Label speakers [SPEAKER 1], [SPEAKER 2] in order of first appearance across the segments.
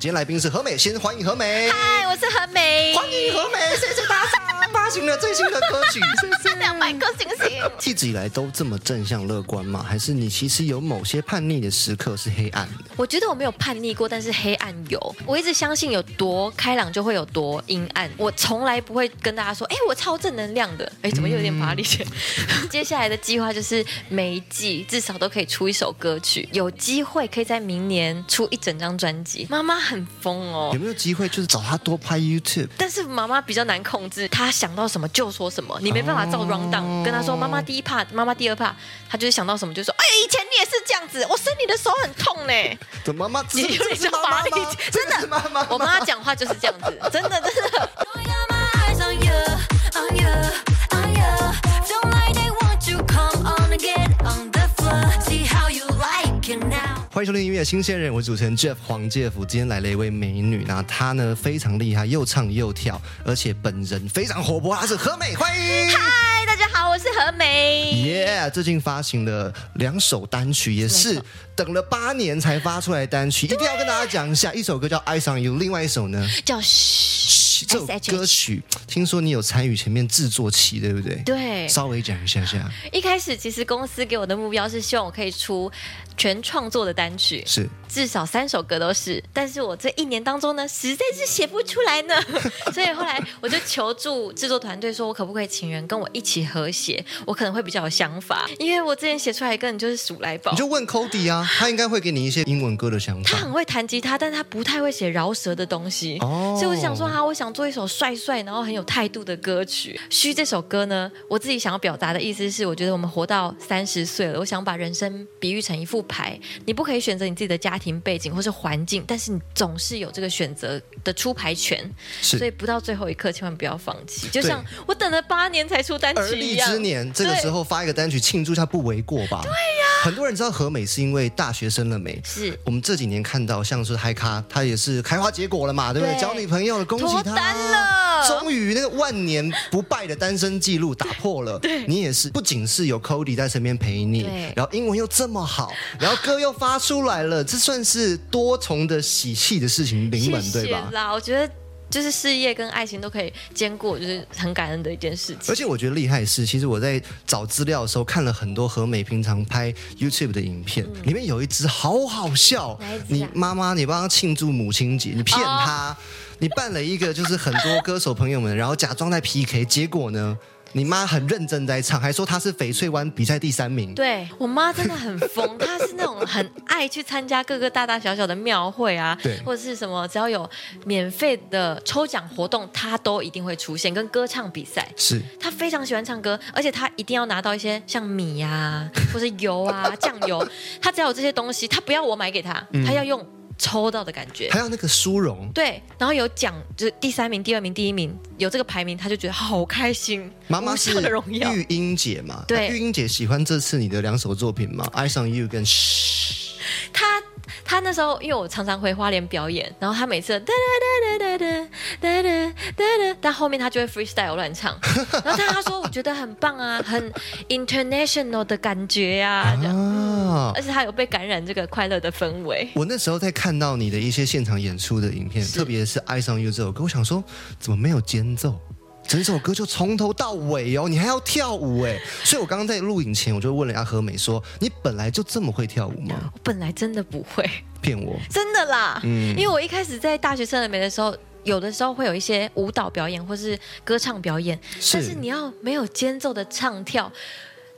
[SPEAKER 1] 今天来宾是何美，先欢迎何美，
[SPEAKER 2] 嗨，我是何美，
[SPEAKER 1] 欢迎何美，谢谢大家发行了最新的歌曲，谢谢。
[SPEAKER 2] 两百颗星星。
[SPEAKER 1] 一直以来都这么正向乐观吗？还是你其实有某些叛逆的时刻是黑暗的？
[SPEAKER 2] 我觉得我没有叛逆过，但是黑暗有。我一直相信有多开朗就会有多阴暗。我从来不会跟大家说，哎、我超正能量的。哎，怎么又有点乏力？
[SPEAKER 1] 嗯
[SPEAKER 2] 接下来的计划就是每一季至少都可以出一首歌曲，有机会可以在明年出一整张专辑。妈妈很疯哦
[SPEAKER 1] 有。没有机会就是找他多拍 YouTube？
[SPEAKER 2] 但是妈妈比较难控制，她想到什么就说什么，你没办法照 round down、跟她说妈妈第一 part，妈妈第二 part，她就是想到什么就说，哎、以前你也是这样子，我伸你的手很痛呢。
[SPEAKER 1] 怎么妈妈？这
[SPEAKER 2] 你有
[SPEAKER 1] 这
[SPEAKER 2] 点
[SPEAKER 1] 是
[SPEAKER 2] 像
[SPEAKER 1] 妈妈
[SPEAKER 2] 法力
[SPEAKER 1] 吗？
[SPEAKER 2] 真的
[SPEAKER 1] 这是妈妈吗
[SPEAKER 2] 我妈讲话就是这样 子，真的真的。
[SPEAKER 1] 欢迎收听音乐新鲜人，我是主持人 Jeff 黄介甫。今天来了一位美女，那她呢非常厉害，又唱又跳，而且本人非常活泼，她是何美，欢迎。
[SPEAKER 2] 嗨，大家好，我是何美。
[SPEAKER 1] 耶最近发行了两首单曲，也是等了八年才发出来单曲，一定要跟大家讲一下。一首歌叫《爱上 You》，另外一首呢，
[SPEAKER 2] 叫嘘，
[SPEAKER 1] 这首
[SPEAKER 2] SHH
[SPEAKER 1] 歌曲听说你有参与前面制作期，对不对？
[SPEAKER 2] 对
[SPEAKER 1] 稍微讲一下下，
[SPEAKER 2] 一开始其实公司给我的目标是希望我可以出全创作的单曲，
[SPEAKER 1] 是
[SPEAKER 2] 至少三首歌都是，但是我这一年当中呢，实在是写不出来呢， 所以后来我就求助制作团队，说我可不可以请人跟我一起合写，我可能会比较有想法，因为我之前写出来一个人就是数来宝
[SPEAKER 1] 你。就问 Cody 啊，他应该会给你一些英文歌的想
[SPEAKER 2] 他
[SPEAKER 1] 法
[SPEAKER 2] 很。会弹吉他，但他不太会写饶舌的东西，
[SPEAKER 1] 哦
[SPEAKER 2] 所以我就想说啊，我想做一首帅帅然后很有态度的歌曲。虚这首歌呢，我自己想要表达的意思是，我觉得我们活到三十岁了，我想把人生比喻成一副牌，你不可以选择你自己的家庭背景或是环境，但是你总是有这个选择的出牌权，所以
[SPEAKER 1] 是
[SPEAKER 2] 不到最后一刻千万不要放弃。就
[SPEAKER 1] 对
[SPEAKER 2] 像我等了八年才出单
[SPEAKER 1] 而
[SPEAKER 2] 曲一
[SPEAKER 1] 立
[SPEAKER 2] 样，
[SPEAKER 1] 之年，这个时候发一个单曲庆祝一下不为过吧？对呀、很多人知道何美是因为大学生了没？
[SPEAKER 2] 是
[SPEAKER 1] 我们这几年看到，像是嗨咖，他也是开花结果了嘛，对不对？
[SPEAKER 2] 对
[SPEAKER 1] 交女朋友了，恭喜他，
[SPEAKER 2] 脱单了
[SPEAKER 1] 终于那个万年不败的单身记录打破了。对，你也是，不仅是有 Cody 在身边陪你
[SPEAKER 2] 对，
[SPEAKER 1] 然后英文又这么好，然后歌又发出来了，这算是多重的喜气的事情，临门
[SPEAKER 2] 谢
[SPEAKER 1] 对
[SPEAKER 2] 谢
[SPEAKER 1] 吧？
[SPEAKER 2] 啦，我觉得。就是事业跟爱情都可以兼顾，我就是很感恩的一件事情。
[SPEAKER 1] 而且我觉得厉害的是，其实我在找资料的时候看了很多何美平常拍 YouTube 的影片，里面有一支好好笑
[SPEAKER 2] 嗯哪一支啊。哦
[SPEAKER 1] 你妈妈，你帮她庆祝母亲节，你骗她，你办了一个就是很多歌手朋友们，然后假装在 PK，结果呢，你妈很认真在唱，还说她是翡翠湾比赛第三名。
[SPEAKER 2] 对我妈真的很 疯，她是那种很爱去参加各个大大小小的庙会啊
[SPEAKER 1] 对，
[SPEAKER 2] 或者是什么，只要有免费的抽奖活动，她都一定会出现，跟歌唱比赛。
[SPEAKER 1] 是
[SPEAKER 2] 她非常喜欢唱歌，而且她一定要拿到一些像米啊，或是 油啊、酱油，她只要有这些东西，她不要我买给她，
[SPEAKER 1] 嗯
[SPEAKER 2] 她要用抽到的感觉。
[SPEAKER 1] 还有那个殊荣，
[SPEAKER 2] 对，然后有奖，就是第三名、第二名、第一名，有这个排名，她就觉得好开心。
[SPEAKER 1] 妈妈
[SPEAKER 2] 无
[SPEAKER 1] 是
[SPEAKER 2] 上的荣耀，
[SPEAKER 1] 玉英姐嘛？
[SPEAKER 2] 对
[SPEAKER 1] 那玉英姐喜欢这次你的两首作品吗？《爱上 You》跟《嘘》。
[SPEAKER 2] 他他那时候，因为我常常回花莲表演，然后他每次哒哒哒哒哒哒哒哒哒，但后面他就会 freestyle 乱唱，然后但他说我觉得很棒啊，很 international 的感觉啊，这样，
[SPEAKER 1] 啊
[SPEAKER 2] 而且他有被感染这个快乐的氛围。
[SPEAKER 1] 我那时候在看到你的一些现场演出的影片，特别是《爱上 You》这首歌，我想说怎么没有间奏？整首歌就从头到尾哦，你还要跳舞哎！所以我刚刚在录影前，我就问了一下何美说：“你本来就这么会跳舞吗
[SPEAKER 2] 我本来真的不会，？”
[SPEAKER 1] 骗我，
[SPEAKER 2] 真的啦，
[SPEAKER 1] 嗯
[SPEAKER 2] 因为我一开始在大学生了没的时候。有的时候会有一些舞蹈表演或是歌唱表演，
[SPEAKER 1] 是
[SPEAKER 2] 但是你要没有间奏的唱跳，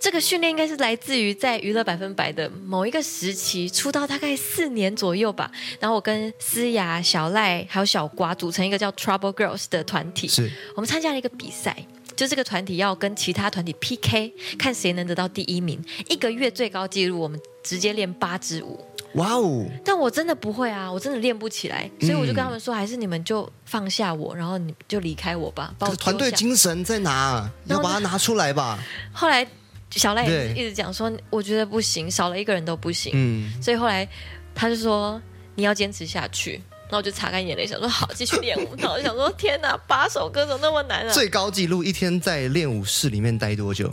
[SPEAKER 2] 这个训练应该是来自于在娱乐百分百的某一个时期，出道大概四年左右吧。然后我跟思雅、小赖还有小瓜组成一个叫 Trouble Girls 的团体，
[SPEAKER 1] 是
[SPEAKER 2] 我们参加了一个比赛。就这个团体要跟其他团体 PK，看谁能得到第一名。一个月最高纪录，我们直接练八支舞。
[SPEAKER 1] 哇哦，
[SPEAKER 2] 但我真的不会啊，我真的练不起来，所以我就跟他们
[SPEAKER 1] 嗯
[SPEAKER 2] 说，还是你们就放下我，然后你就离开我吧，把
[SPEAKER 1] 这
[SPEAKER 2] 我
[SPEAKER 1] 个团队
[SPEAKER 2] 丢下
[SPEAKER 1] 精神在哪啊？
[SPEAKER 2] 然
[SPEAKER 1] 要
[SPEAKER 2] 后
[SPEAKER 1] 把它拿出来吧。
[SPEAKER 2] 后来小赖也
[SPEAKER 1] 对
[SPEAKER 2] 一直一直讲说，我觉得不行，少了一个人都不行，
[SPEAKER 1] 嗯，
[SPEAKER 2] 所以后来他就说你要坚持下去。然后我就擦干眼泪，想说好，继续练舞。然后我就想说，天哪，八首歌怎么那么难啊？
[SPEAKER 1] 最高纪录一天在练舞室里面待多久？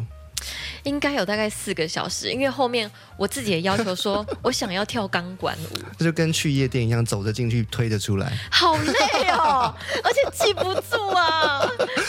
[SPEAKER 2] 应该有大概四个小时，因为后面我自己也要 求说，我想要跳钢管舞，
[SPEAKER 1] 这就跟去夜店一样，走着进去，推着出来。
[SPEAKER 2] 好累哦，而且记不住 啊。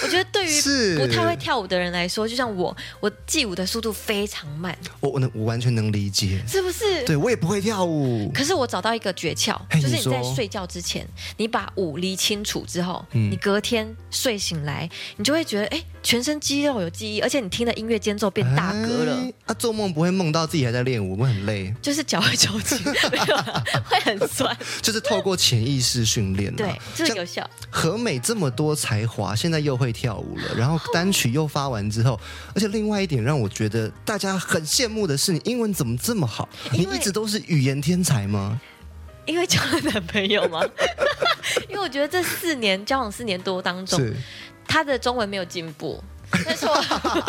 [SPEAKER 2] 我觉得对于
[SPEAKER 1] 是
[SPEAKER 2] 不太会跳舞的人来说，就像我，我记舞的速度非常慢，
[SPEAKER 1] 我我能我完全能理解，
[SPEAKER 2] 是不是？
[SPEAKER 1] 对我也不会跳舞。
[SPEAKER 2] 可是我找到一个诀窍，
[SPEAKER 1] 嘿
[SPEAKER 2] 就是你
[SPEAKER 1] 你说
[SPEAKER 2] 在睡觉之前，你把舞理清楚之后，
[SPEAKER 1] 嗯
[SPEAKER 2] 你隔天睡醒来，你就会觉得，哎，全身肌肉有记忆，而且你听的音乐间奏变大格了。
[SPEAKER 1] 哎啊，做梦不会梦到自己还在练舞，我会很累。
[SPEAKER 2] 就是脚会抽筋，没有啦会很酸。
[SPEAKER 1] 就是透过潜意识训练、啊。
[SPEAKER 2] 对，这个有效。
[SPEAKER 1] 何美这么多才华，现在又会跳舞了，然后单曲又发完之后，而且另外一点让我觉得大家很羡慕的是，你英文怎么这么好？你
[SPEAKER 2] 因为
[SPEAKER 1] 一直都是语言天才吗？
[SPEAKER 2] 因为交了男朋友吗？ 因为我觉得这四年交往四年多当中，
[SPEAKER 1] 是，
[SPEAKER 2] 他的中文没有进步，但是我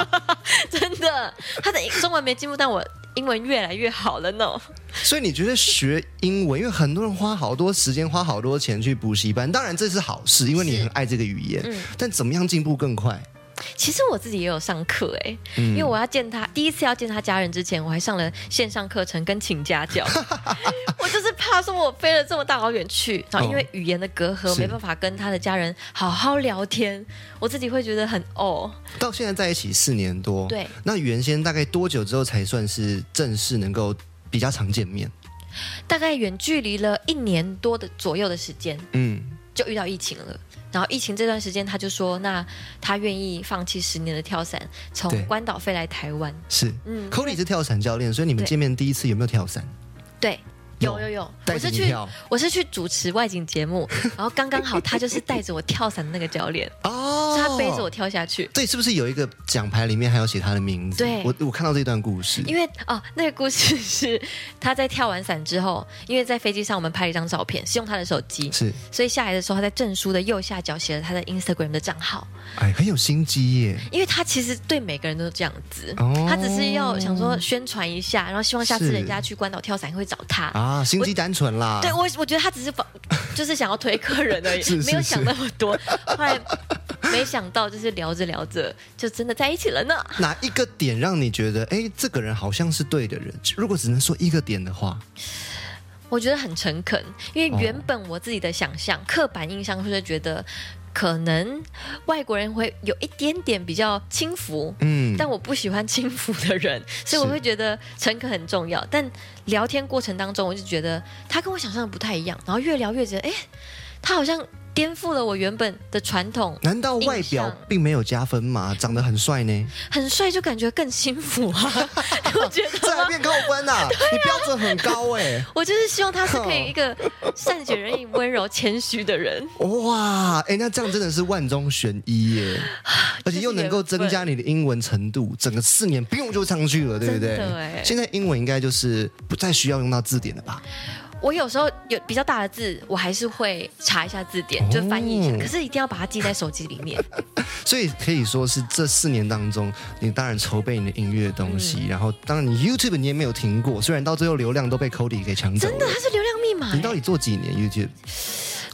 [SPEAKER 2] 真的他的中文没进步，但我英文越来越好了呢。
[SPEAKER 1] 所以你觉得学英文，因为很多人花好多时间、花好多钱去补习班，当然这是好事，因为你很爱这个语言，
[SPEAKER 2] 嗯
[SPEAKER 1] 但怎么样进步更快？
[SPEAKER 2] 其实我自己也有上课哎、
[SPEAKER 1] 嗯
[SPEAKER 2] 因为我要见他第一次要见他家人之前，我还上了线上课程跟请家 教。我就是怕说我飞了这么大老远去，然后因为语言的隔阂，
[SPEAKER 1] 哦是
[SPEAKER 2] 没办法跟他的家人好好聊天，我自己会觉得很哦。
[SPEAKER 1] 到现在在一起四年多，
[SPEAKER 2] 对，
[SPEAKER 1] 那原先大概多久之后才算是正式能够比较常见面？
[SPEAKER 2] 大概远距离了一年多的左右的时间，
[SPEAKER 1] 嗯，
[SPEAKER 2] 就遇到疫情了。然后疫情这段时间，他就说，那他愿意放弃十年的跳伞，
[SPEAKER 1] 对
[SPEAKER 2] 从关岛飞来台湾。
[SPEAKER 1] 是。
[SPEAKER 2] 嗯，
[SPEAKER 1] Cody 是跳伞教练，所以你们
[SPEAKER 2] 对
[SPEAKER 1] 见面第一次有没有跳伞？
[SPEAKER 2] 对，有
[SPEAKER 1] 有
[SPEAKER 2] 有有，
[SPEAKER 1] 带
[SPEAKER 2] 我
[SPEAKER 1] 着
[SPEAKER 2] 是
[SPEAKER 1] 你
[SPEAKER 2] 去
[SPEAKER 1] 跳
[SPEAKER 2] 我是去主持外景 节目，然后刚刚好他就是带着我跳伞的那个教练，
[SPEAKER 1] 哦
[SPEAKER 2] 所以他背着我。跳下去。
[SPEAKER 1] 对，是不是有一个奖牌里面还有写他的名字？
[SPEAKER 2] 对
[SPEAKER 1] 我我看到这段故事，
[SPEAKER 2] 因为哦，那个故事是他在跳完伞之后，因为在飞机上我们拍了一张照片，是用他的手机，
[SPEAKER 1] 是
[SPEAKER 2] 所以下来的时候他在证书的右下角写了他的 Instagram 的账号，
[SPEAKER 1] 哎很有心机耶。
[SPEAKER 2] 因为他其实对每个人都这样子，
[SPEAKER 1] 哦
[SPEAKER 2] 他只是要想说宣传一下，然后希望下次
[SPEAKER 1] 是
[SPEAKER 2] 人家去关岛跳伞会找他。
[SPEAKER 1] 啊，心机单纯啦。
[SPEAKER 2] 对我，我觉得他只是把就是想要推客人而已，
[SPEAKER 1] 是是
[SPEAKER 2] 没有想
[SPEAKER 1] 是
[SPEAKER 2] 那么多。后来没想到，就是聊着聊着就真的在一起了呢。
[SPEAKER 1] 哪一个点让你觉得，哎，这个人好像是对的人？如果只能说一个点的话，
[SPEAKER 2] 我觉得很诚恳，因为原
[SPEAKER 1] 哦
[SPEAKER 2] 本我自己的想象、刻板印象就是觉得。可能外国人会有一点点比较轻浮，
[SPEAKER 1] 嗯，
[SPEAKER 2] 但我不喜欢轻浮 的人，所以我
[SPEAKER 1] 是
[SPEAKER 2] 会觉得诚恳很重要。但聊天过程当中，我就觉得他跟我想象的不太一样，然后越聊越觉得，哎，他好像颠覆了我原本的传统，
[SPEAKER 1] 难道外表
[SPEAKER 2] 印象
[SPEAKER 1] 并没有加分吗？长得很帅呢，
[SPEAKER 2] 很帅就感觉更幸福啊！ 我觉
[SPEAKER 1] 这
[SPEAKER 2] 得
[SPEAKER 1] 还
[SPEAKER 2] 吗？
[SPEAKER 1] 变高分 呐、
[SPEAKER 2] 啊
[SPEAKER 1] 你标准很高哎。
[SPEAKER 2] 我就是希望他是可以一个
[SPEAKER 1] 哦
[SPEAKER 2] 善解人意、温柔、谦虚的人。
[SPEAKER 1] 哇，哎、那这样真的是万中选一耶，
[SPEAKER 2] 啊
[SPEAKER 1] 而且又能够增加你的英文程度，整个四年不用就上去了，对不对
[SPEAKER 2] 真的哎？
[SPEAKER 1] 现在英文应该就是不再需要用到字典了吧？
[SPEAKER 2] 我有时候有比较大的字，我还是会查一下字典，
[SPEAKER 1] 哦
[SPEAKER 2] 就翻译一下。可是一定要把它记在手机里面。
[SPEAKER 1] 所以可以说是这四年当中，你当然筹备你的音乐东
[SPEAKER 2] 嗯
[SPEAKER 1] 西，然后当然你 YouTube 你也没有停过，虽然到最后流量都被 Cody 给抢走
[SPEAKER 2] 真的，
[SPEAKER 1] 了。
[SPEAKER 2] 它是流量密码
[SPEAKER 1] 哦你到
[SPEAKER 2] 欸。
[SPEAKER 1] 底做几年 YouTube？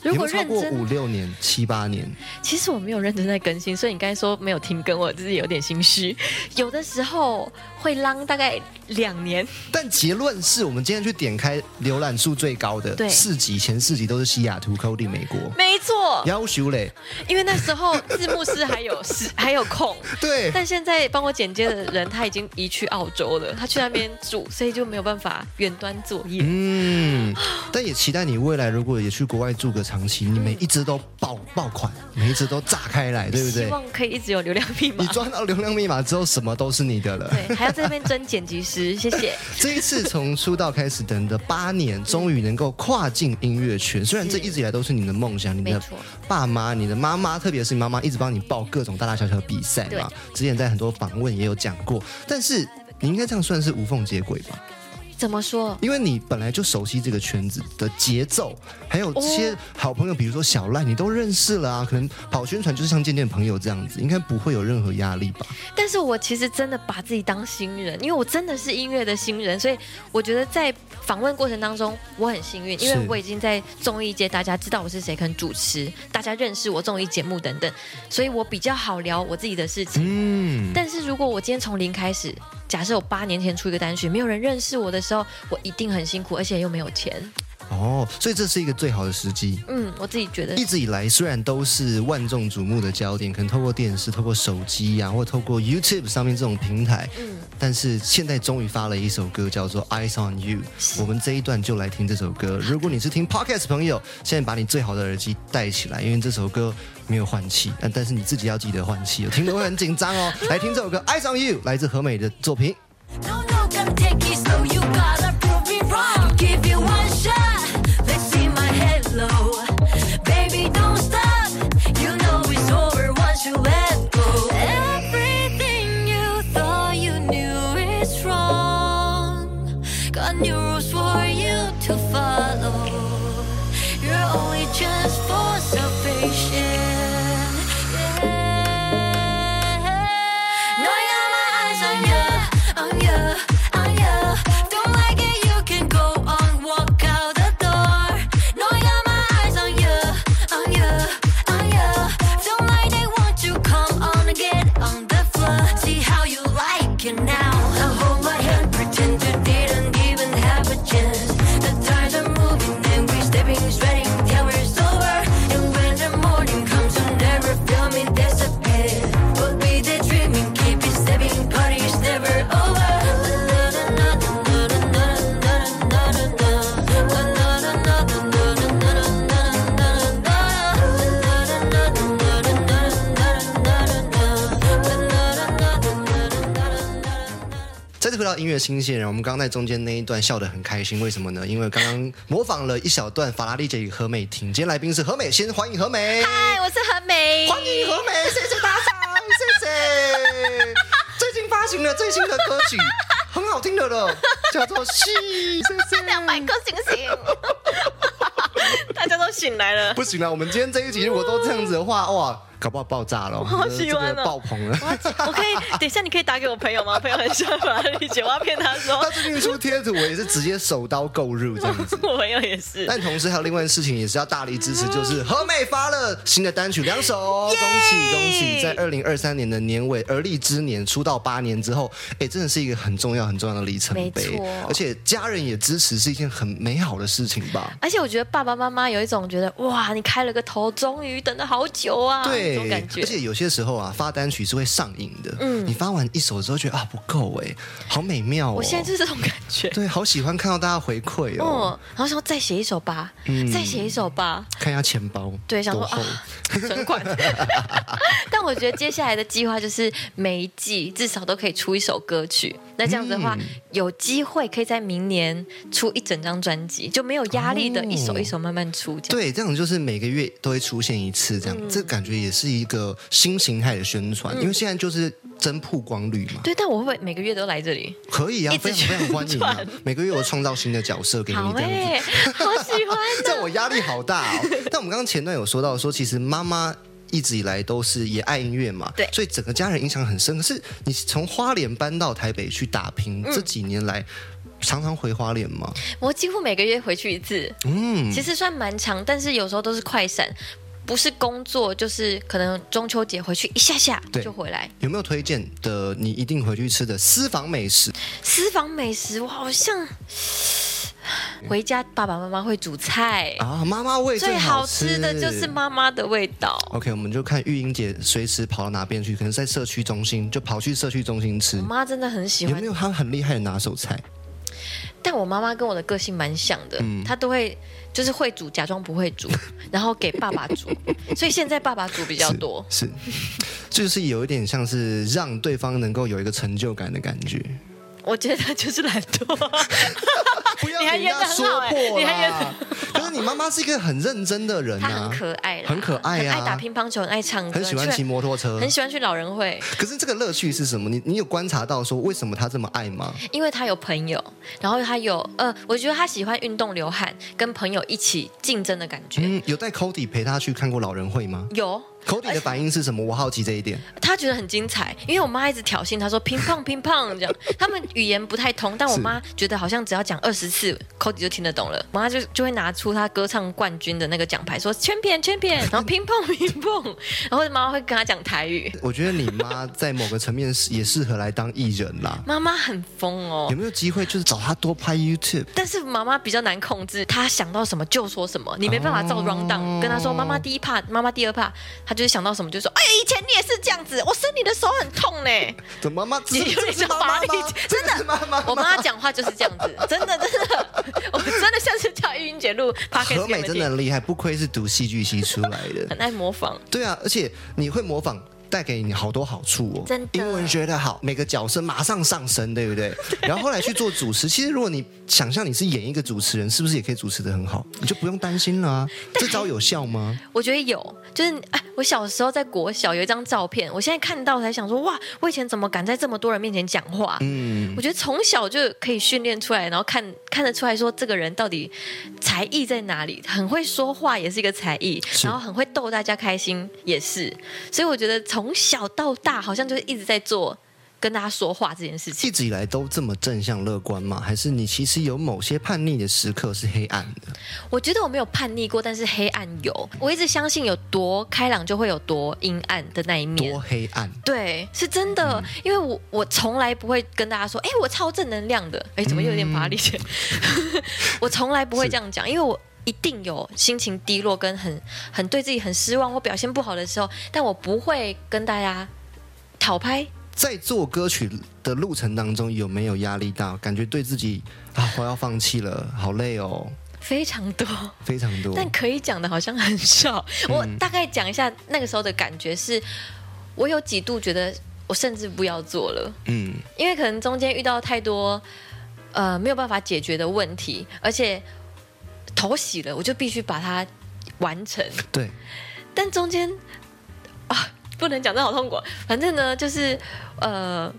[SPEAKER 1] 有
[SPEAKER 2] 如
[SPEAKER 1] 没
[SPEAKER 2] 果
[SPEAKER 1] 有超
[SPEAKER 2] 认
[SPEAKER 1] 过
[SPEAKER 2] 真，
[SPEAKER 1] 五六年、七八年？
[SPEAKER 2] 其实我没有认真在更新，所以你刚才说没有停更，我自己有点 心虚。有的时候会浪大概两年，
[SPEAKER 1] 但结论是我们今天去点开浏览数最高
[SPEAKER 2] 对
[SPEAKER 1] 的四集，前四集都是西雅图 Cody 美国。
[SPEAKER 2] 没错，
[SPEAKER 1] 要求嘞，
[SPEAKER 2] 因为那时候字幕师还 有是还有空，
[SPEAKER 1] 对，
[SPEAKER 2] 但现在帮我剪接的人他已经移去澳洲了，他去那边住，所以就没有办法远端作业。
[SPEAKER 1] 嗯，但也期待你未来如果也去国外住个长期，你每一只都爆爆款，每一只都炸开来，对不
[SPEAKER 2] 希
[SPEAKER 1] 对？
[SPEAKER 2] 望可以一直有流量密码
[SPEAKER 1] 你。抓到流量密码之后，什么都是你的了。
[SPEAKER 2] 对，还要在那边争剪辑师，谢谢。
[SPEAKER 1] 这一次从出道开始等的八年，终于能够跨境音乐圈。虽然这一直以来都是你的梦 想，你
[SPEAKER 2] 没
[SPEAKER 1] 的
[SPEAKER 2] 错
[SPEAKER 1] 爸妈、你的妈妈，特别是你妈妈，一直帮你报各种大大小小的比赛嘛。之前在很多访问也有讲过，但是你应该这样算是无缝接轨吧？
[SPEAKER 2] 怎么说？
[SPEAKER 1] 因为你本来就熟悉这个圈子的节奏，还有这些好朋友，比如说小赖，你都认识了啊，可能跑宣传就是像见见朋友这样子，应该不会有任何压力吧？
[SPEAKER 2] 但是我其实真的把自己当新人，因为我真的是音乐的新人，所以我觉得在访问过程当中我很幸运，因为
[SPEAKER 1] 是
[SPEAKER 2] 我已经在综艺界大家知道我是谁，可能主持，大家认识我综艺节目等等，所以我比较好聊我自己的事情。
[SPEAKER 1] 嗯，
[SPEAKER 2] 但是如果我今天从零开始，假设我八年前出一个单曲，没有人认识我的时候，我一定很辛苦，而且又没有钱。
[SPEAKER 1] 哦，所以这是一个最好的时机。
[SPEAKER 2] 嗯，我自己觉得
[SPEAKER 1] 一直以来虽然都是万众瞩目的焦点，可能透过电视、透过手机啊呀、或透过 YouTube 上面这种平台，
[SPEAKER 2] 嗯
[SPEAKER 1] 但是现在终于发了一首歌叫做《Eyes on You》，
[SPEAKER 2] 是
[SPEAKER 1] 我们这一段就来听这首歌。如果你是听 Podcast 朋友，现在把你最好的耳机戴起来，因为这首歌没有换气，但但是你自己要记得换气哦，听得会很紧张哦。来听这首歌《Eyes on You》，来自何美的作品。
[SPEAKER 3] No, no, don't take it slow. You gotta prove me wrong. Give you one shot. Let's see my halo. Baby, don't stop. You know it's over once you let go. Everything you thought you knew is wrong. Got new rules for you to follow. Your only chance for salvation. Yeah. No, I got my eyes on you, on you, on you. ah, Don't like it, you can go on, walk out the door. No, I got my eyes on you, on you, on you. Don't like it, won't you come on and get on the floor? See how you like it now. I hold my hand, pretend you didn't even have a chance. The times are moving and we're stepping, sweating till it's over. And when the morning comes, you never feel me disappear. We'll be daydreaming, keep it stepping, party's never over. Na-na-na-na-na-na-na-na-na-na-na-na-na-na-na-na-na-na-na-na-na-na-na-na-na-na-na-na-na-na-na-na-na
[SPEAKER 1] 再次回到音乐新鲜人，我们刚刚在中间那一段笑得很开心，为什么呢？因为刚刚模仿了一小段法拉利姐与何美婷，今天来宾是何美，先欢迎何美，
[SPEAKER 2] 嗨，我是何美，
[SPEAKER 1] 欢迎何美，谢谢打赏，谢谢。最近发行了最新的歌曲，很好听的了，叫做《戏》，谢谢。
[SPEAKER 2] 两百颗星 星，大家都醒来了，
[SPEAKER 1] 不行了，我们今天这一集如果都这样子的话，哇，搞不好爆炸了，
[SPEAKER 2] 好喜欢哦
[SPEAKER 1] 这个爆棚 了。
[SPEAKER 2] 我可以等一下，你可以打给我朋友吗？我朋友很喜欢玛丽姐，我要骗他
[SPEAKER 1] 他
[SPEAKER 2] 说，
[SPEAKER 1] 最近出贴图，我也是直接手刀购入这样子。
[SPEAKER 2] 我朋友也是。
[SPEAKER 1] 但同时还有另外的事情也是要大力支持，就是
[SPEAKER 2] 嗯
[SPEAKER 1] 何美发了新的单曲两首，恭喜恭喜！在二零二三年的年尾，而立之年出道八年之后，哎，真的是一个很重要很重要的里程
[SPEAKER 2] 没
[SPEAKER 1] 碑
[SPEAKER 2] 错，
[SPEAKER 1] 而且家人也支持是一件很美好的事情吧。
[SPEAKER 2] 而且我觉得爸爸妈妈有一种觉得哇，你开了个头，终于等了好久啊，这种
[SPEAKER 1] 对，
[SPEAKER 2] 感觉
[SPEAKER 1] 而。且有些时候啊，发单曲是会上瘾的。嗯，你发完一首之后觉得啊不够哎，好美妙哦。
[SPEAKER 2] 我现在就是这种感觉，
[SPEAKER 1] 对，好喜欢看到大家回馈哦。嗯
[SPEAKER 2] 嗯，然后想说再写一首吧，再写一首吧，
[SPEAKER 1] 看一下钱包，
[SPEAKER 2] 对，想说
[SPEAKER 1] 多厚
[SPEAKER 2] 啊，存款。 但我觉得接下来的计划就是每一季至少都可以出一首歌曲。那这样子的
[SPEAKER 1] 嗯
[SPEAKER 2] 话，有机会可以在明年出一整张专辑，就没有压力的一首一首慢慢出。这样嗯
[SPEAKER 1] 对，这样就是每个月都会出现一次，这样、这感觉也是一个新形态的宣传，因为现在就是真曝光率嘛，
[SPEAKER 2] 对，但我会不会每个月都来这里？
[SPEAKER 1] 可以啊
[SPEAKER 2] 一，直
[SPEAKER 1] 非常非常欢迎
[SPEAKER 2] 宣
[SPEAKER 1] 啊
[SPEAKER 2] 传，
[SPEAKER 1] 每个月我创造新的角色给你
[SPEAKER 2] 好
[SPEAKER 1] 这样子。
[SPEAKER 2] 哎、 好喜欢啊
[SPEAKER 1] 这样我压力好大 哦。但我们刚刚前段有说到说，其实妈妈。一直以来都是也爱音乐嘛，
[SPEAKER 2] 对
[SPEAKER 1] 所以整个家人影响很深。可是你从花莲搬到台北去打拼，
[SPEAKER 2] 嗯
[SPEAKER 1] 这几年来常常回花莲吗？
[SPEAKER 2] 我几乎每个月回去一次，
[SPEAKER 1] 嗯，
[SPEAKER 2] 其实算蛮长，但是有时候都是快闪，不是工作就是可能中秋节回去一下下
[SPEAKER 1] 对
[SPEAKER 2] 就回来。
[SPEAKER 1] 有没有推荐的你一定回去吃的私房美食？
[SPEAKER 2] 私房美食，我好像回家爸爸妈妈会煮菜，
[SPEAKER 1] 啊，妈妈味
[SPEAKER 2] 最好
[SPEAKER 1] 好
[SPEAKER 2] 吃的就是妈妈的味道。
[SPEAKER 1] OK，我们就看玉英姐随时跑到哪边去，可能在社区中心就跑去社区中心吃
[SPEAKER 2] 我。妈真的很喜
[SPEAKER 1] 有
[SPEAKER 2] 欢
[SPEAKER 1] 没，有她很厉害的拿手菜？
[SPEAKER 2] 但我妈妈跟我的个性蛮像的，
[SPEAKER 1] 嗯
[SPEAKER 2] 她都会就是会煮，假装不会 煮，然后给爸爸煮，所以现在爸爸煮比较多。
[SPEAKER 1] 是， 是就是有一点像是让对方能够有一个成就感的感 觉。
[SPEAKER 2] 我觉得就是懒惰，
[SPEAKER 1] 不要
[SPEAKER 2] 你还
[SPEAKER 1] 给人
[SPEAKER 2] 演得
[SPEAKER 1] 家
[SPEAKER 2] 很
[SPEAKER 1] 说
[SPEAKER 2] 好欸
[SPEAKER 1] 破
[SPEAKER 2] 你还
[SPEAKER 1] 啦！可是你妈妈是一个很认真的人
[SPEAKER 2] 他很
[SPEAKER 1] 啊，
[SPEAKER 2] 可爱啦，
[SPEAKER 1] 很可爱
[SPEAKER 2] 很
[SPEAKER 1] 啊
[SPEAKER 2] 爱打乒乓球，很爱唱歌，
[SPEAKER 1] 很喜欢骑
[SPEAKER 2] 去
[SPEAKER 1] 摩托车
[SPEAKER 2] 很。喜欢去老人会，
[SPEAKER 1] 可是这个乐趣是什么？你你有观察到说为什么他这么爱吗？
[SPEAKER 2] 因为他有朋友，然后他有呃，我觉得他喜欢运动流汗，跟朋友一起竞争的感觉。
[SPEAKER 1] 嗯，有带 Cody 陪他去看过老人会吗
[SPEAKER 2] 有，
[SPEAKER 1] ？Cody 的反应是什么？我好奇这一点。
[SPEAKER 2] 他觉得很精彩，因为我妈一直挑衅他说“乒乓乒乓”这样， 他们语言不太通，但我
[SPEAKER 1] 是
[SPEAKER 2] 妈觉得好像只要讲二十次，Cody 就听得懂了。我妈就就会拿出她歌唱冠军的那个奖牌说“圈片圈片”，然后“乒乓乒乓”， 然后妈妈会跟他讲台语。
[SPEAKER 1] 我觉得你妈在某个层面是也适合来当艺人啦。
[SPEAKER 2] 妈妈很疯哦
[SPEAKER 1] 有，没有机会就是找他多拍 YouTube？
[SPEAKER 2] 但是妈妈比较难控制，她想到什么就说什么，你没办法照
[SPEAKER 1] 哦
[SPEAKER 2] round down 跟她说妈妈第一怕，妈妈第二怕，她就是想到什么就说，哎、以前你也是这样子，我伸你的手很痛呢。
[SPEAKER 1] 怎么妈妈？这
[SPEAKER 2] 你有
[SPEAKER 1] 这
[SPEAKER 2] 点
[SPEAKER 1] 是
[SPEAKER 2] 像
[SPEAKER 1] 妈妈
[SPEAKER 2] 法力
[SPEAKER 1] 吗？
[SPEAKER 2] 真的
[SPEAKER 1] 这是妈妈吗？
[SPEAKER 2] 我妈讲话就是这样子，真的真的，我真的下次叫玉英姐录 p o d c a
[SPEAKER 1] 何
[SPEAKER 2] s
[SPEAKER 1] 美真的很厉害，不愧是读戏剧系出来的。
[SPEAKER 2] 很爱模仿。
[SPEAKER 1] 对啊，而且你会模仿。带给你好多好处哦，
[SPEAKER 2] 真的
[SPEAKER 1] 英文学得好，每个角色马上上升，对不对？然后后来去做主持，其实如果你想象你是演一个主持人，是不是也可以主持得很好？你就不用担心了啊。这招有效吗？
[SPEAKER 2] 我觉得有，就是哎，我小时候在国小有一张照片，我现在看到才想说，哇，我以前怎么敢在这么多人面前讲话？
[SPEAKER 1] 嗯，
[SPEAKER 2] 我觉得从小就可以训练出来，然后看看得出来说这个人到底才艺在哪里，很会说话也是一个才艺，
[SPEAKER 1] 是
[SPEAKER 2] 然后很会逗大家开心也是，所以我觉得从小到大好像就是一直在做跟大家说话这件事情。
[SPEAKER 1] 一直以来都这么正向乐观吗？还是你其实有某些叛逆的时刻是黑暗的？
[SPEAKER 2] 我觉得我没有叛逆过，但是黑暗有，我一直相信有多开朗就会有多阴暗的那一面
[SPEAKER 1] 多。黑暗？
[SPEAKER 2] 对，是真的，因为我我从来不会跟大家说，哎、我超正能量的，哎、怎么又有点乏力？ 我从来不会这样讲，因为我一定有心情低落跟很很对自己很失望或表现不好的时候，但我不会跟大家讨拍。
[SPEAKER 1] 在做歌曲的路程当中，有没有压力大？感觉对自己啊，我要放弃了，好累哦，
[SPEAKER 2] 非常多，
[SPEAKER 1] 非常多。
[SPEAKER 2] 但可以讲的好像很少。我大概讲一下那个时候的感觉是，我有几度觉得我甚至不要做了。
[SPEAKER 1] 嗯，
[SPEAKER 2] 因为可能中间遇到太多呃没有办法解决的问题，而且头洗了，我就必须把它完成。
[SPEAKER 1] 对。
[SPEAKER 2] 但中间啊，不能讲，这好痛苦。反正呢，就是呃，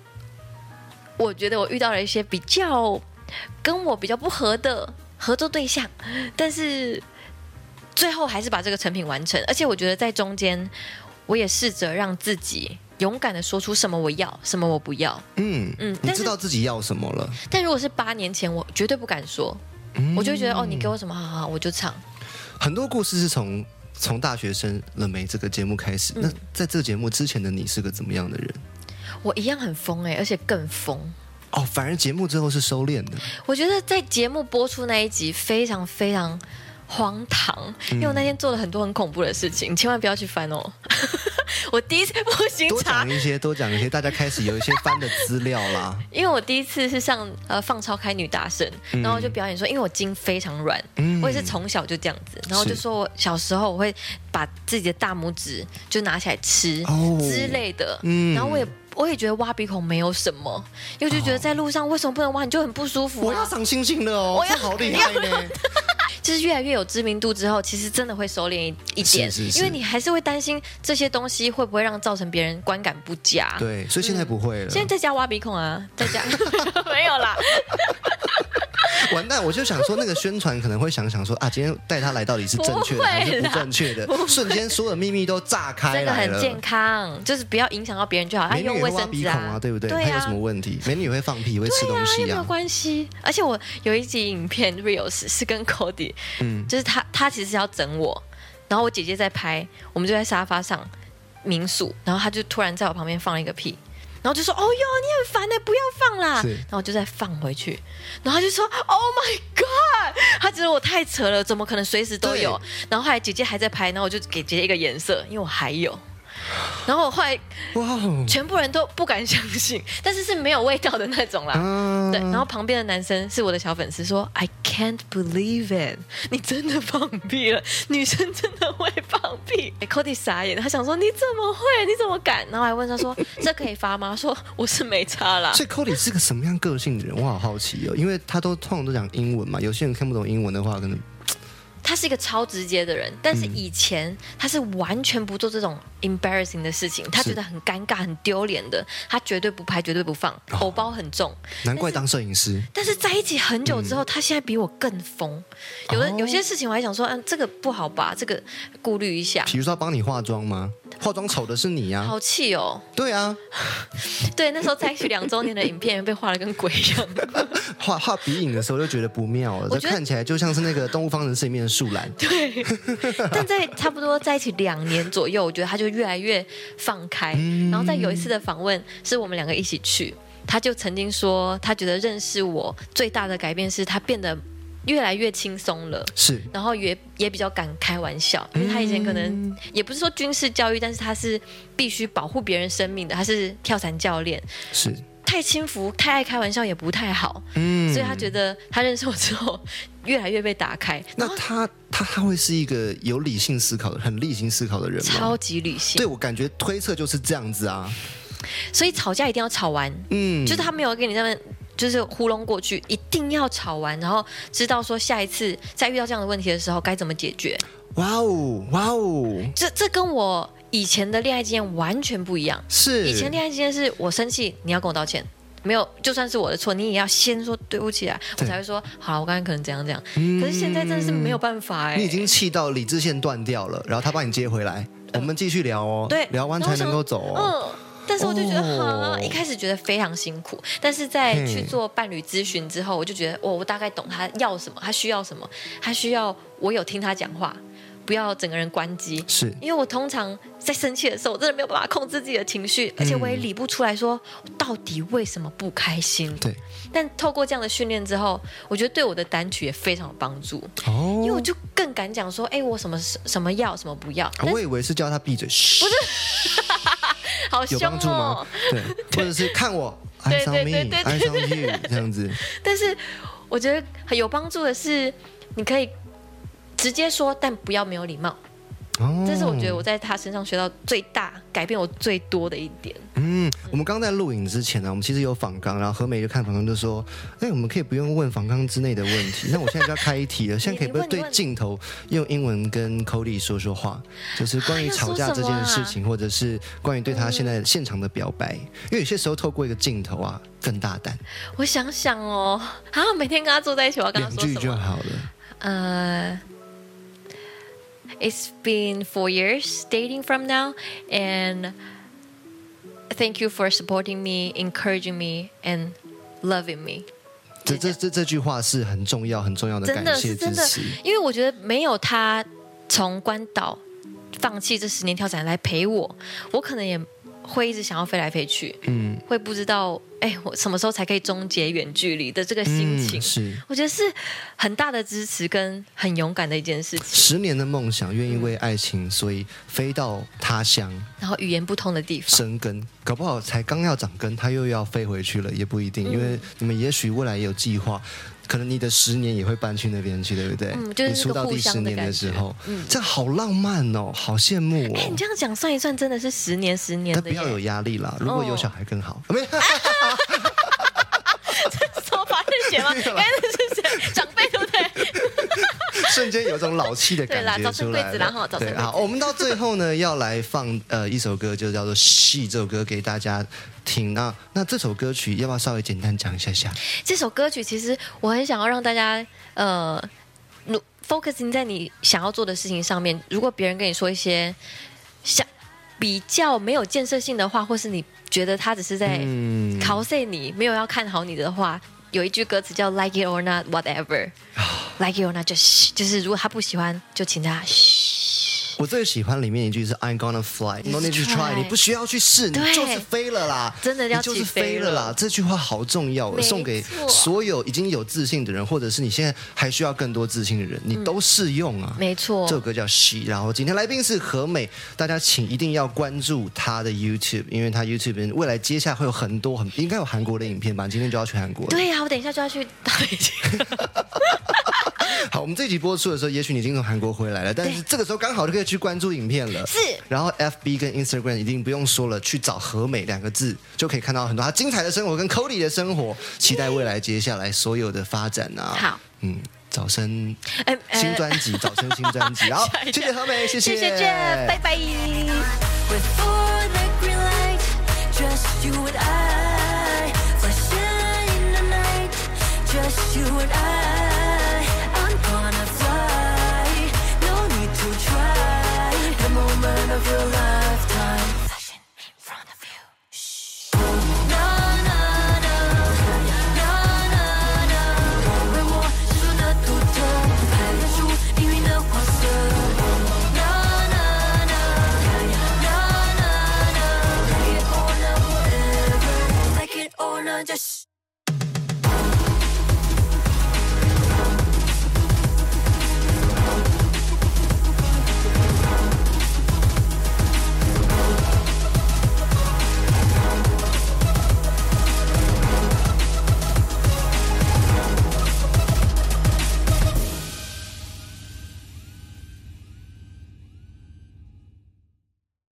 [SPEAKER 2] 我觉得我遇到了一些比较跟我比较不合的合作对象，但是最后还是把这个成品完成。而且我觉得在中间，我也试着让自己勇敢的说出什么我要，什么我不要。
[SPEAKER 1] 嗯
[SPEAKER 2] 嗯
[SPEAKER 1] 你
[SPEAKER 2] 但是
[SPEAKER 1] 知道自己要什么了。
[SPEAKER 2] 但如果是八年前，我绝对不敢说，我就会觉得哦，
[SPEAKER 1] 嗯
[SPEAKER 2] 你给我什么好好好，我就唱。
[SPEAKER 1] 很多故事是从从大学生了没这个节目开
[SPEAKER 2] 嗯
[SPEAKER 1] 始。那在这个节目之前的你是个怎么样的人？
[SPEAKER 2] 我一样很疯哎、而且更疯。
[SPEAKER 1] 哦，反而节目之后是收敛的，
[SPEAKER 2] 我觉得在节目播出那一集非常非常荒唐，
[SPEAKER 1] 嗯
[SPEAKER 2] 因为我那天做了很多很恐怖的事情，千万不要去翻哦。 我第一次 不行
[SPEAKER 1] 多
[SPEAKER 2] 查
[SPEAKER 1] 讲，一些，多讲一些，大家开始有一些翻的资料啦。
[SPEAKER 2] 因为我第一次是上呃放超开女大神，然后我就表演说，因为我筋非常软，
[SPEAKER 1] 嗯
[SPEAKER 2] 我也是从小就这样子，然后就是说我小时候我会把自己的大拇指就拿起来吃、
[SPEAKER 1] 哦
[SPEAKER 2] 之类的，
[SPEAKER 1] 嗯
[SPEAKER 2] 然后我也我也觉得挖鼻孔没有什么，因为就觉得在路上为什么不能挖，你就很不舒服、
[SPEAKER 1] 我要
[SPEAKER 2] 啊。
[SPEAKER 1] 赏星星了哦，
[SPEAKER 2] 我要
[SPEAKER 1] 这好厉害呢。
[SPEAKER 2] 就是越来越有知名度之后，其实真的会收敛一一点，
[SPEAKER 1] 是是是
[SPEAKER 2] 因为你还是会担心这些东西会不会让造成别人观感不佳。
[SPEAKER 1] 对，所以现在不会了。
[SPEAKER 2] 现在在家挖鼻孔啊，在家 没有啦，
[SPEAKER 1] 完蛋，我就想说那个宣传可能会想想说啊，今天带他来到底是正确
[SPEAKER 2] 不
[SPEAKER 1] 的
[SPEAKER 2] 会
[SPEAKER 1] 还是不
[SPEAKER 2] 啦
[SPEAKER 1] 正确 的？瞬间所有的秘密都炸开
[SPEAKER 2] 这个
[SPEAKER 1] 来
[SPEAKER 2] 很
[SPEAKER 1] 了。
[SPEAKER 2] 健康，就是不要影响到别人就好。他
[SPEAKER 1] 美女
[SPEAKER 2] 用
[SPEAKER 1] 也
[SPEAKER 2] 卫
[SPEAKER 1] 会挖
[SPEAKER 2] 生
[SPEAKER 1] 鼻
[SPEAKER 2] 纸
[SPEAKER 1] 孔啊，对不对？
[SPEAKER 2] 对
[SPEAKER 1] 她有
[SPEAKER 2] 啊
[SPEAKER 1] 什么，问题？美女也会放屁，也会吃东
[SPEAKER 2] 又
[SPEAKER 1] 西
[SPEAKER 2] 没有
[SPEAKER 1] 啊。
[SPEAKER 2] 关系。而且我有一集影片 reels 是跟 Cody，
[SPEAKER 1] 嗯
[SPEAKER 2] 就是他他其实是要整我，然后我姐姐在拍，我们就在沙发上民宿，然后他就突然在我旁边放了一个屁。然后就说：“哦哟，你很烦的，不要放啦。”
[SPEAKER 1] 是
[SPEAKER 2] 然后我就再放回去，然后他就说：“Oh my god！” 他觉得我太扯了，怎么可能随时都有？然后后来姐姐还在拍，然后我就给姐姐一个颜色，因为我还有。然后我后来
[SPEAKER 1] 哇哦，
[SPEAKER 2] 全部人都不敢相信，但是是没有味道的那种啦。
[SPEAKER 1] 啊
[SPEAKER 2] 对，然后旁边的男生是我的小粉丝，说 I can't believe it，你真的放屁了，女生真的会放 屁。欸 Cody 傻眼，他想说你怎么会，你怎么敢？然后还问他 说这可以发吗？说我是没差啦。
[SPEAKER 1] 所以 Cody 是个什么样个性的人？我好好奇哦，因为他都通常都讲英文嘛，有些人看不懂英文的话，可能
[SPEAKER 2] 他是一个超直接的人，但是以前他是完全不做这种 embarrassing 的事情，他
[SPEAKER 1] 是
[SPEAKER 2] 觉得很尴尬、很丢脸的，他绝对不拍，绝对不放，偶包很重。
[SPEAKER 1] 难怪当摄影师。
[SPEAKER 2] 但是在一起很久之后，他现在比我更疯。有的、
[SPEAKER 1] 哦
[SPEAKER 2] 有些事情我还想说，嗯，这个不好吧，这个顾虑一下。
[SPEAKER 1] 比如说要帮你化妆吗？化妆丑的是你呀、
[SPEAKER 2] 好气哦！
[SPEAKER 1] 对啊，
[SPEAKER 2] 对，那时候在一起两周年的影片被画的跟鬼一样。
[SPEAKER 1] 画画鼻影的时候就觉得不妙了，
[SPEAKER 2] 我
[SPEAKER 1] 这
[SPEAKER 2] 觉得
[SPEAKER 1] 看起来就像是那个《动物方程式》里面的树懒。
[SPEAKER 2] 对，但在差不多在一起两年左右，我觉得他就越来越放开。然后在有一次的访问，是我们两个一起去，他就曾经说，他觉得认识我最大的改变是他变得越来越轻松了。
[SPEAKER 1] 是
[SPEAKER 2] 然后也也比较敢开玩笑，因为他以前可能、
[SPEAKER 1] 嗯
[SPEAKER 2] 也不是说军事教育，但是他是必须保护别人生命的，他是跳伞教练，
[SPEAKER 1] 是，
[SPEAKER 2] 太轻浮、太爱开玩笑也不太好，
[SPEAKER 1] 嗯
[SPEAKER 2] 所以他觉得他认识我之后越来越被打开，
[SPEAKER 1] 那
[SPEAKER 2] 然后
[SPEAKER 1] 他他他会是一个有理性思考的、很理性思考的人吗？
[SPEAKER 2] 超级理性
[SPEAKER 1] 对，，我感觉推测就是这样子啊。
[SPEAKER 2] 所以吵架一定要吵完，
[SPEAKER 1] 嗯，
[SPEAKER 2] 就是他没有跟你那边。就是糊弄过去，一定要吵完，然后知道说下一次再遇到这样的问题的时候该怎么解决。
[SPEAKER 1] 哇哦哇哦，
[SPEAKER 2] 这这跟我以前的恋爱经验完全不一样。
[SPEAKER 1] 是
[SPEAKER 2] 以前恋爱经验是我生气，你要跟我道歉。没有，就算是我的错，你也要先说对不起啊，我
[SPEAKER 1] 对嗯
[SPEAKER 2] 才会说好。我刚才可能怎样怎样，可是现在真的是没有办法哎、
[SPEAKER 1] 你已经气到理智线断掉了，然后他把你接回来，我们继续聊哦，
[SPEAKER 2] 呃对
[SPEAKER 1] 聊完
[SPEAKER 2] 然
[SPEAKER 1] 才
[SPEAKER 2] 后我想
[SPEAKER 1] 能够走哦。
[SPEAKER 2] 嗯，但是我就觉得
[SPEAKER 1] 哦
[SPEAKER 2] 哈、一开始觉得非常辛苦，但是在
[SPEAKER 1] 嘿
[SPEAKER 2] 去做伴侣咨询之后，我就觉得我我大概懂他要什么，他需要什么，他需要我有听他讲话，不要整个人关机。
[SPEAKER 1] 是
[SPEAKER 2] 因为我通常在生气的时候，我真的没有办法控制自己的情绪，而且我也理不出来说我到底为什么不开心。
[SPEAKER 1] 嗯对
[SPEAKER 2] 但透过这样的训练之后，我觉得对我的单曲也非常有帮助，
[SPEAKER 1] 哦，
[SPEAKER 2] 因为我就更敢讲说，哎，我什么什么要，什么不要，但
[SPEAKER 1] 哦我以为是叫他闭嘴，不是
[SPEAKER 2] 好
[SPEAKER 1] 有
[SPEAKER 2] 凶
[SPEAKER 1] 帮助吗
[SPEAKER 2] 哦。？
[SPEAKER 1] 对，或者是看我爱
[SPEAKER 2] 对
[SPEAKER 1] 上
[SPEAKER 2] 对
[SPEAKER 1] me，
[SPEAKER 2] 对对对
[SPEAKER 1] 爱上 you 这样 子，
[SPEAKER 2] 但是我觉得很有帮助的是，你可以直接说，但不要没有礼貌。
[SPEAKER 1] 哦，
[SPEAKER 2] 这是我觉得我在他身上学到最大、改变我最多的一点。
[SPEAKER 1] 嗯，我们刚在录影之前呢、我们其实有访纲，然后何美就看访纲就说：“哎、我们可以不用问访纲之内的问题。”那我现在就要开一题了，现在可以不
[SPEAKER 2] 你
[SPEAKER 1] 要
[SPEAKER 2] 问
[SPEAKER 1] 对
[SPEAKER 2] 你问
[SPEAKER 1] 镜头用英文跟 Cody 说说话，就是关于吵架这件事情，
[SPEAKER 2] 啊
[SPEAKER 1] 或者是关于对他现在现场的表白，因为有些时候透过一个镜头啊更大胆，
[SPEAKER 2] 我想想哦，啊，每天跟他坐在一起，我要跟他
[SPEAKER 1] 两
[SPEAKER 2] 说
[SPEAKER 1] 句
[SPEAKER 2] 什
[SPEAKER 1] 就
[SPEAKER 2] 么？
[SPEAKER 1] 好了。
[SPEAKER 2] 呃。It's been four years dating from now, and thank you for supporting me, encouraging me, and loving me.
[SPEAKER 1] 这这这这句话是很重要很重要的
[SPEAKER 2] 真
[SPEAKER 1] 感
[SPEAKER 2] 的
[SPEAKER 1] 谢
[SPEAKER 2] 是
[SPEAKER 1] 支
[SPEAKER 2] 真的
[SPEAKER 1] 持，，
[SPEAKER 2] 因为我觉得没有他从关岛放弃这十年跳伞来陪我，我可能也会一直想要飞来飞去，
[SPEAKER 1] 嗯
[SPEAKER 2] 会不知道哎，我什么时候才可以终结远距离的这个心情。
[SPEAKER 1] 嗯是。
[SPEAKER 2] 我觉得是很大的支持跟很勇敢的一件事情，
[SPEAKER 1] 十年的梦想，愿意为爱情，所以飞到他乡，
[SPEAKER 2] 然后语言不通的地方，
[SPEAKER 1] 生根，搞不好才刚要长根，它又要飞回去了，也不一
[SPEAKER 2] 嗯
[SPEAKER 1] 定，因为你们也许未来也有计划，可能你的十年也会搬去那边去，对不对？
[SPEAKER 2] 嗯就
[SPEAKER 1] 你
[SPEAKER 2] 是那个
[SPEAKER 1] 出道第
[SPEAKER 2] 互相
[SPEAKER 1] 十
[SPEAKER 2] 的
[SPEAKER 1] 年的
[SPEAKER 2] 感
[SPEAKER 1] 时
[SPEAKER 2] 觉嗯
[SPEAKER 1] 候，这样好浪漫哦，好羡慕哦。
[SPEAKER 2] 哎，你这样讲算一算，真的是十年十年
[SPEAKER 1] 但
[SPEAKER 2] 的
[SPEAKER 1] 不要有
[SPEAKER 2] 耶！
[SPEAKER 1] 压力啦，如果有
[SPEAKER 2] 哦
[SPEAKER 1] 小孩更好。 没有，
[SPEAKER 2] 头发 是谁吗？刚才那是谁？长辈对不对？
[SPEAKER 1] 瞬间有种老气的感
[SPEAKER 2] 对啦
[SPEAKER 1] 觉
[SPEAKER 2] 早
[SPEAKER 1] 出
[SPEAKER 2] 生
[SPEAKER 1] 来了。
[SPEAKER 2] 贵子啦哈早生
[SPEAKER 1] 对，
[SPEAKER 2] 贵子
[SPEAKER 1] 好，我们到最后呢，要来放呃一首歌，就叫做《戏》这首歌给大家听。那那这首歌曲要不要稍微简单讲一下下？
[SPEAKER 2] 这首歌曲其实我很想要让大家呃努 focusing 在你想要做的事情上面。如果别人跟你说一些想比较没有建设性的话，或是你觉得他只是在
[SPEAKER 1] 嗯，
[SPEAKER 2] 考 o 你，没有要看好你的话，有一句歌词叫 “like it or not, whatever”。like
[SPEAKER 1] 啊
[SPEAKER 2] it or not，就嘘就是如果他不喜欢，就请他嘘。
[SPEAKER 1] 我最喜欢里面一句是 I'm gonna fly, no need to try，
[SPEAKER 2] try
[SPEAKER 1] 你不需要去试，你
[SPEAKER 2] 对
[SPEAKER 1] 就是飞了啦，
[SPEAKER 2] 真的要
[SPEAKER 1] 你就是
[SPEAKER 2] 起
[SPEAKER 1] 飞
[SPEAKER 2] 飞
[SPEAKER 1] 了
[SPEAKER 2] 了
[SPEAKER 1] 啦。这句话好重要哦，
[SPEAKER 2] 没错
[SPEAKER 1] 送给所有已经有自信的人，或者是你现在还需要更多自信的人，你都适用啊。
[SPEAKER 2] 嗯没错
[SPEAKER 1] 这，首歌叫《She》，然后今天来宾是何美，大家请一定要关注她的 YouTube，因为她 YouTube 未来接下来会有很多很应该有韩国的影片吧，今天就要去韩国了。
[SPEAKER 2] 对呀、我等一下就要去到北 京。
[SPEAKER 1] 好，我们这集播出的时候，也许你已经从韩国回来了，但是这个时候刚好就可以去关注影片了。
[SPEAKER 2] 是
[SPEAKER 1] 然后 FB 跟 Instagram 一定不用说了，去找“和美”两个字就可以看到很多她精彩的生活跟 Cody 的生活，期待未来接下来所有的发展啊。
[SPEAKER 2] 好，
[SPEAKER 1] 嗯，早生
[SPEAKER 2] 哎呃
[SPEAKER 1] 新专辑，早生新专辑。 好，
[SPEAKER 2] 吓一
[SPEAKER 1] 谢谢
[SPEAKER 2] 跳
[SPEAKER 1] 何美，谢
[SPEAKER 2] 谢谢 Jeff，拜拜。
[SPEAKER 3] Before the green light, just you and I. Flashing in the night, just you and I. I'm gonna fly, no need to try. The moment of your lifetime. Flashing in front of you. No, no, no, no, no, no. 为我献出的独特，排列出命运的花色。No, no, no. Na na na, take it all now, forever. Take it all now, just.